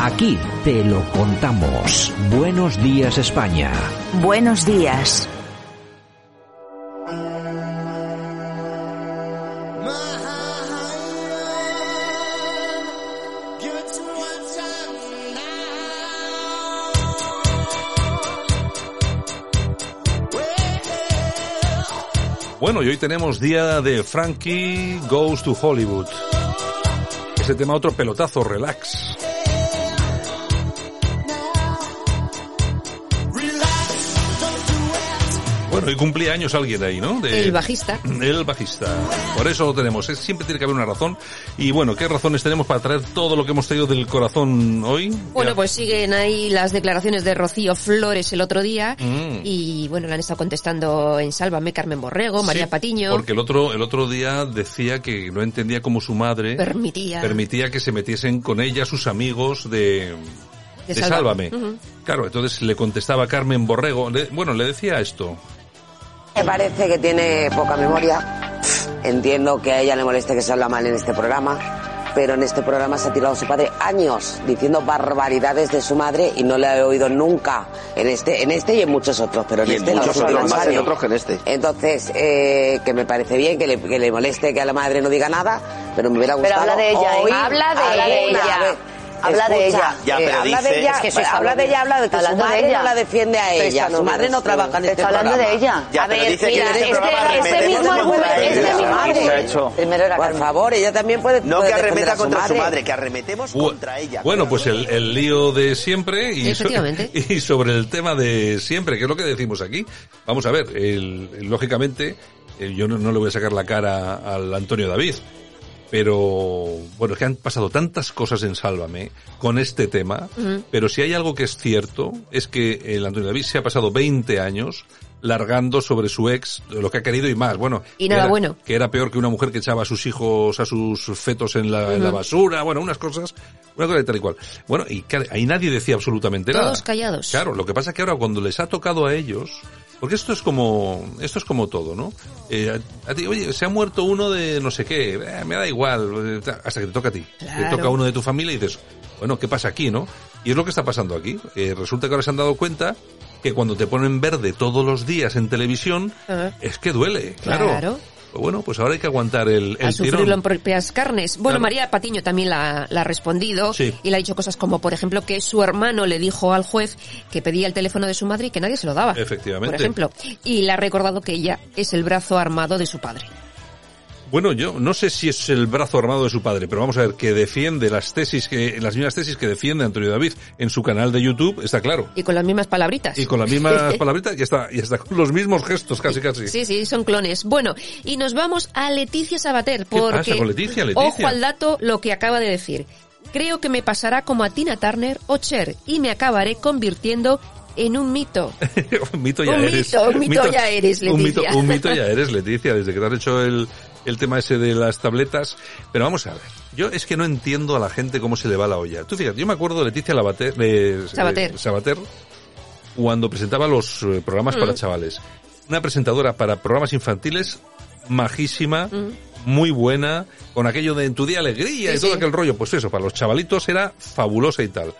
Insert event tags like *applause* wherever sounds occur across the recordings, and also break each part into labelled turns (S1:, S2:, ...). S1: Aquí te lo contamos. Buenos días España.
S2: Buenos días.
S3: Bueno, y hoy tenemos día de Frankie Goes to Hollywood. Ese tema otro pelotazo, relax. Bueno, y cumplía años alguien ahí, ¿no? De-
S4: El bajista.
S3: El bajista. Por eso lo tenemos. Es- Siempre tiene que haber una razón. Y bueno, ¿qué razones tenemos para traer todo lo que hemos traído del corazón hoy?
S4: Bueno,
S3: Ya.
S4: pues siguen ahí las declaraciones de Rocío Flores el otro día
S3: Mm.
S4: y bueno, le han estado contestando en Sálvame Carmen Borrego, María
S3: Sí,
S4: Patiño.
S3: Porque el otro, el otro día decía que no entendía cómo su madre
S4: Permitía.
S3: permitía que se metiesen con ella sus amigos de, de
S4: De Sálvame.
S3: Sálvame.
S4: Ujú.
S3: Claro, entonces le contestaba Carmen Borrego. le- bueno, le decía esto.
S5: Me parece que tiene poca memoria. Entiendo que a ella le moleste que se habla mal en este programa, pero en este programa se ha tirado su padre años diciendo barbaridades de su madre y no la he oído nunca en este, en este y en muchos otros, pero en
S6: Y en
S5: este en
S6: muchos
S5: los
S6: otros,
S5: últimos
S6: más en
S5: años.
S6: otros que en este.
S5: Entonces, eh, que me parece bien que le, que le moleste que a la madre no diga nada, pero me hubiera
S7: Pero
S5: gustado.
S7: habla de ella, ¿eh?
S5: oír
S7: Habla de
S5: alguna
S7: ella.
S5: vez.
S7: Habla de
S5: Escucha,
S7: ella.
S6: Ya,
S5: eh,
S6: pero
S5: habla
S6: dice-
S5: de ella,
S6: Es que
S7: se está
S5: habla de ella, habla de que su
S7: hablando de
S5: madre
S7: ella.
S5: no la defiende a
S7: Te está
S5: ella, su madre
S7: hablando
S5: no
S7: de-
S5: trabaja en
S7: te
S5: este
S7: está hablando
S5: programa.
S7: de ella.
S6: Ya,
S7: A
S6: pero
S7: ver,
S6: dice que
S7: mira,
S6: en este
S7: este-
S6: programa
S7: este
S6: arremete
S7: mismo
S6: contra su
S7: argumento-
S6: madre.
S7: este
S6: Ya,
S7: mismo
S6: no se ha
S7: argumento-
S6: hecho.
S7: Primero era
S5: Por
S7: Carmen.
S5: favor, ella también puede.
S6: No
S5: puede
S6: que
S5: defender
S6: arremeta
S5: a
S6: contra su madre, que arremetemos contra ella.
S3: Bueno, pues el, el lío de siempre y, so-
S4: Efectivamente.
S3: *laughs* y sobre el tema de siempre, que es lo que decimos aquí. Vamos a ver, el- el- lógicamente eh, yo no, no le voy a sacar la cara al Antonio David, pero bueno, es que han pasado tantas cosas en Sálvame con este tema, pero si hay algo que es cierto es que el Antonio David se ha pasado 20 años largando sobre su ex lo que ha querido y más. Bueno,
S4: Y nada
S3: era-
S4: bueno.
S3: que era peor que una mujer que echaba a sus hijos, a sus fetos en la, en la basura, bueno, unas cosas, una cosa de tal y cual. Bueno, y claro, ahí nadie decía absolutamente nada.
S4: Todos callados.
S3: Claro, lo que pasa es que ahora cuando les ha tocado a ellos, porque esto es como, esto es como todo, ¿no? Eh, a, a ti, oye, se ha muerto uno de no sé qué, eh, me da igual, eh, ta- hasta que te toca a ti.
S4: Claro.
S3: Te toca uno de tu familia y dices, bueno, ¿qué pasa aquí, no? Y es lo que está pasando aquí. Eh, resulta que ahora se han dado cuenta que cuando te ponen verde todos los días en televisión,
S4: Ajá.
S3: es que duele, claro.
S4: Ah. Claro.
S3: Bueno, pues ahora hay que aguantar el,
S4: a
S3: el
S4: sufrirlo en
S3: tirón.
S4: propias carnes. Bueno,
S3: Claro.
S4: María Patiño también la, la ha respondido
S3: Sí.
S4: y le ha dicho cosas como, por ejemplo, que su hermano le dijo al juez que pedía el teléfono de su madre y que nadie se lo daba.
S3: Efectivamente.
S4: Por ejemplo. Y le ha recordado que ella es el brazo armado de su padre.
S3: Bueno, yo no sé si es el brazo armado de su padre, pero vamos a ver que defiende las tesis que las mismas tesis que defiende Antonio David en su canal de YouTube, está claro.
S4: Y con las mismas palabritas.
S3: Y con las
S4: *laughs*
S3: mismas palabritas y hasta y hasta con los mismos gestos casi casi.
S4: Sí, sí, son clones. Bueno, y nos vamos a Leticia Sabater, porque...
S3: pasa con Leticia, Leticia?
S4: Ojo al dato lo que acaba de decir. Creo que me pasará como a Tina Turner o Cher y me acabaré convirtiendo en un
S3: *laughs*
S4: mito.
S3: *laughs* un mito ya
S4: Un
S3: eres.
S4: mito, un mito ya eres,
S3: Un mito,
S4: Leticia.
S3: un mito
S4: *laughs*
S3: ya eres, Leticia, desde que te has hecho el, el tema ese de las tabletas. Pero vamos a ver. Yo es que no entiendo a la gente cómo se le va la olla. Tú fíjate, yo me acuerdo de Leticia Labate- eh,
S4: Sabater.
S3: eh, Sabater cuando presentaba los eh, programas
S4: Mm.
S3: para chavales. Una presentadora para programas infantiles majísima, muy buena, con aquello de en tu día alegría
S4: Mm. Sí,
S3: y todo
S4: sí.
S3: aquel rollo. Pues eso, para los chavalitos era fabulosa y tal.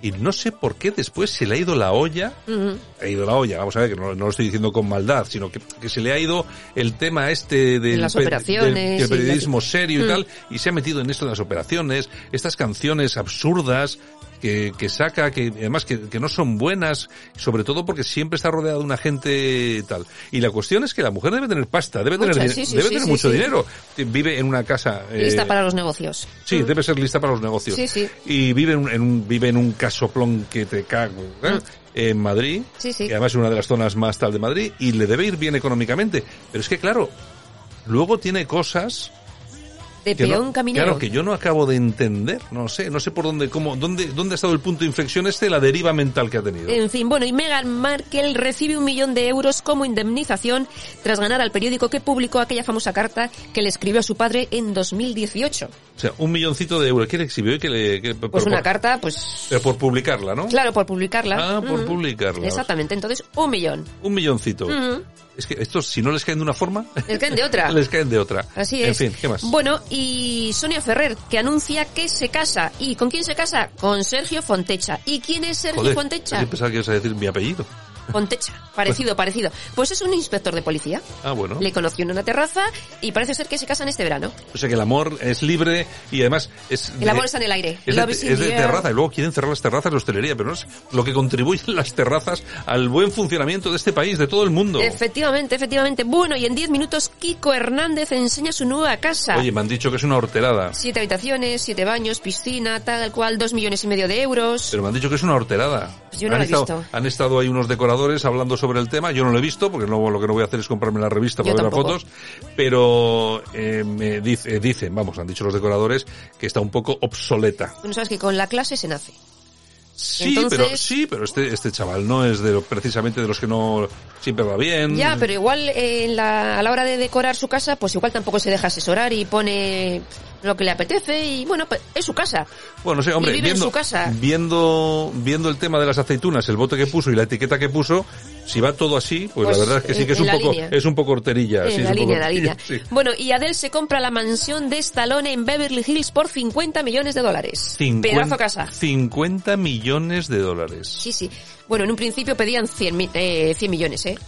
S3: Y no sé por qué después se le ha ido la olla
S4: Ujú.
S3: ha ido la olla, vamos a ver, que no, no lo estoy diciendo con maldad, sino que, que se le ha ido el tema este del,
S4: Las
S3: pe- del-
S4: operaciones
S3: del
S4: y
S3: periodismo
S4: las-
S3: serio y
S4: Mm.
S3: tal, y se ha metido en esto de las operaciones, estas canciones absurdas que, que saca, que además que, que no son buenas, sobre todo porque siempre está rodeada de una gente tal. Y la cuestión es que la mujer debe tener pasta, debe tener,
S4: Mucha,
S3: din-
S4: sí, sí,
S3: debe
S4: sí,
S3: tener
S4: sí,
S3: mucho
S4: sí.
S3: dinero, vive en una casa... eh,
S4: Lista para los negocios.
S3: Sí,
S4: Mm.
S3: debe ser lista para los negocios.
S4: Sí, sí.
S3: Y vive en, un- en un, vive en un casoplón que te cago, ¿eh? en Madrid,
S4: Mm. Sí, sí.
S3: que además es una de las zonas más tal de Madrid, y le debe ir bien económicamente. Pero es que, claro, luego tiene cosas
S4: De
S3: que,
S4: peón
S3: no,
S4: caminero.
S3: claro, que yo no acabo de entender, no sé, no sé por dónde, cómo, dónde, dónde ha estado el punto de inflexión este, la deriva mental que ha tenido.
S4: En fin, bueno, y Meghan Markle recibe un millón de euros como indemnización tras ganar al periódico que publicó aquella famosa carta que le escribió a su padre en 2018.
S3: O sea, un milloncito de euros. ¿Quiere exhibir? que le, que-
S4: Pues
S3: pero
S4: una
S3: por-
S4: carta, pues
S3: pero por publicarla, ¿no?
S4: claro, por publicarla.
S3: Ah, por
S4: Ujú.
S3: publicarla.
S4: Exactamente, entonces un millón.
S3: Un milloncito.
S4: Ujú.
S3: Es que estos, si no les caen de una forma,
S4: Les caen de otra.
S3: *laughs* les caen de otra.
S4: Así
S3: en
S4: es.
S3: fin, ¿qué más?
S4: Bueno, y Sonia Ferrer, que anuncia que se casa. ¿Y con quién se casa? Con Sergio Fontecha. ¿Y quién es Sergio
S3: Joder,
S4: Fontecha?
S3: yo pensaba que ibas a decir mi apellido.
S4: Fontecha, parecido, parecido. Pues es un inspector de policía.
S3: Ah, bueno.
S4: Le conoció en una terraza y parece ser que se casan este verano.
S3: O sea que el amor es libre y además es...
S4: El
S3: de-
S4: amor está en el aire.
S3: Es
S4: Love is in
S3: de, es de
S4: the air.
S3: terraza y luego quieren cerrar las terrazas de hostelería, pero no es lo que contribuyen las terrazas al buen funcionamiento de este país, de todo el mundo.
S4: Efectivamente, efectivamente. Bueno, y en 10 minutos Kiko Hernández enseña su nueva casa.
S3: Oye, me han dicho que es una horterada,
S4: Siete habitaciones, siete baños, piscina, tal cual, dos millones y medio de euros.
S3: pero me han dicho que es una horterada.
S4: Pues yo no
S3: han,
S4: la he
S3: estado,
S4: visto.
S3: han estado ahí unos decoradores hablando sobre el tema, yo no lo he visto porque no, lo que no voy a hacer es comprarme la revista
S4: Yo
S3: para ver las
S4: tampoco.
S3: fotos, pero eh, me dice- eh, dicen, vamos, han dicho los decoradores que está un poco obsoleta.
S4: Bueno, sabes que con la clase se nace.
S3: Sí,
S4: Entonces-
S3: pero sí, pero este este chaval no es de lo- precisamente de los que no siempre va bien.
S4: Ya, pero igual eh, en la- a la hora de decorar su casa, pues igual tampoco se deja asesorar y pone lo que le apetece y bueno, pues es su casa.
S3: Bueno, no sé, hombre,
S4: Y vive en
S3: viendo,
S4: su casa.
S3: viendo viendo el tema de las aceitunas, el bote que puso y la etiqueta que puso, si va todo así, pues,
S4: Pues,
S3: la verdad es que sí
S4: en-
S3: que es
S4: en
S3: un
S4: la
S3: poco
S4: línea.
S3: es un poco horterilla, sí, es
S4: en Eh, la
S3: un
S4: línea,
S3: poco
S4: la línea.
S3: horterilla, sí.
S4: Bueno, y Adele se compra la mansión de Stallone en Beverly Hills por 50 millones de dólares.
S3: Cincuen-
S4: Pedazo casa.
S3: 50 millones de dólares.
S4: Sí, sí. Bueno, en un principio pedían 100, mi- eh, 100 millones, ¿eh?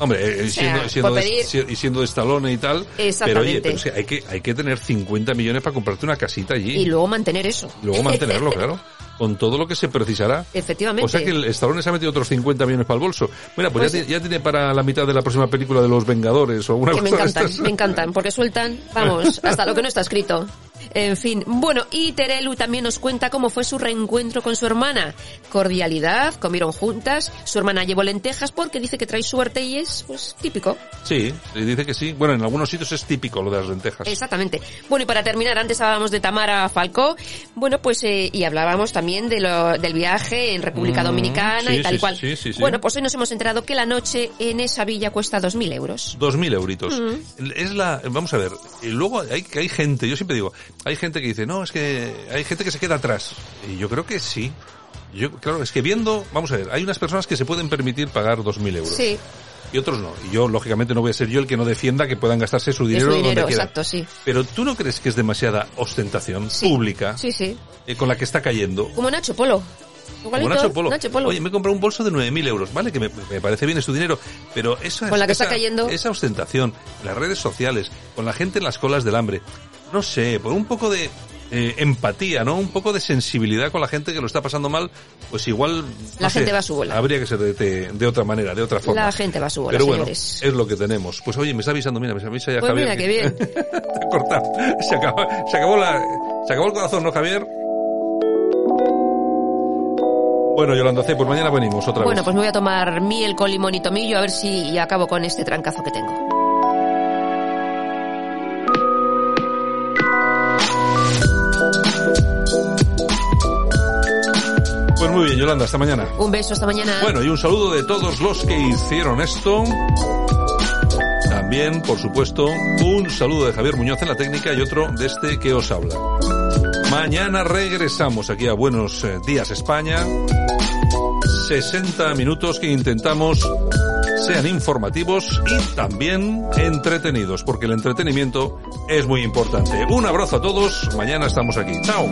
S3: Hombre, eh,
S4: sea,
S3: siendo, siendo
S4: por
S3: de,
S4: pedir-
S3: si- y siendo de Stallone y tal, pero oye,
S4: Exactamente.
S3: pero sí, hay que hay que tener 50 millones para comprarte una casita allí
S4: Y luego mantener eso.
S3: luego mantenerlo, claro, con todo lo que se precisará.
S4: Efectivamente.
S3: O sea que el Stallone se ha metido otros 50 millones para el bolso. Mira, pues,
S4: Pues
S3: ya, ti- ya tiene para la mitad de la próxima película de Los Vengadores o alguna
S4: Que me
S3: cosa de
S4: encantan,
S3: estas.
S4: me encantan, porque sueltan,
S3: *laughs*
S4: vamos, hasta lo que no está escrito. En fin, bueno, y Terelu también nos cuenta cómo fue su reencuentro con su hermana. Cordialidad, comieron juntas, su hermana llevó lentejas porque dice que trae suerte y es, pues, típico.
S3: Sí, y dice que sí. Bueno, en algunos sitios es típico lo de las lentejas.
S4: Exactamente. Bueno, y para terminar, antes hablábamos de Tamara Falcó, bueno, pues, eh, y hablábamos también de lo- del viaje en República
S3: Mm,
S4: Dominicana
S3: sí,
S4: y tal
S3: sí,
S4: cual.
S3: sí, sí, sí.
S4: Bueno, pues hoy nos hemos enterado que la noche en esa villa cuesta 2.000 euros.
S3: 2.000 euritos. Es la, vamos a ver, y luego hay, que hay gente, yo siempre digo, hay gente que dice, no, es que hay gente que se queda atrás. Y yo creo que sí. Yo, claro, es que viendo, vamos a ver, hay unas personas que se pueden permitir pagar 2.000 euros.
S4: Sí,
S3: y otros no. Y yo, lógicamente, no voy a ser yo el que no defienda que puedan gastarse su
S4: es
S3: dinero,
S4: su dinero,
S3: donde quieran.
S4: exacto, sí.
S3: Pero tú no crees que es demasiada ostentación
S4: Sí.
S3: pública
S4: Sí, sí.
S3: eh, con la que está cayendo.
S4: Como Nacho Polo.
S3: Como
S4: Igualito,
S3: Nacho Polo.
S4: Nacho Polo.
S3: Oye, me he comprado un bolso de 9.000 euros, ¿vale? Que me, me parece bien, es su dinero. Pero esa,
S4: Con la que
S3: esa-
S4: está cayendo.
S3: Esa ostentación, las redes sociales, con la gente en las colas del hambre. No sé, por un poco de eh, empatía, ¿no? Un poco de sensibilidad con la gente que lo está pasando mal, pues igual. no
S4: La
S3: sé,
S4: gente va a su bola.
S3: Habría que ser de, de- de otra manera, de otra forma.
S4: La gente va a su bola,
S3: Pero bueno,
S4: señores.
S3: es lo que tenemos. Pues oye, me está avisando, mira, me avisa ya
S4: Pues
S3: Javier.
S4: mira,
S3: que-
S4: qué
S3: *laughs*
S4: bien.
S3: cortar. Se acabó, se acabó la, se acabó el corazón, ¿no, Javier? Bueno, Yolanda C, pues mañana venimos otra
S4: Bueno,
S3: vez.
S4: pues me voy a tomar miel con limón y tomillo a ver si acabo con este trancazo que tengo.
S3: Pues muy bien, Yolanda, hasta mañana.
S4: Un beso, hasta mañana.
S3: Bueno, y un saludo de todos los que hicieron esto. También, por supuesto, un saludo de Javier Muñoz en la técnica y otro de este que os habla. Mañana regresamos aquí a Buenos eh, Días España. 60 minutos que intentamos sean informativos y también entretenidos, porque el entretenimiento es muy importante. Un abrazo a todos, mañana estamos aquí. Chao.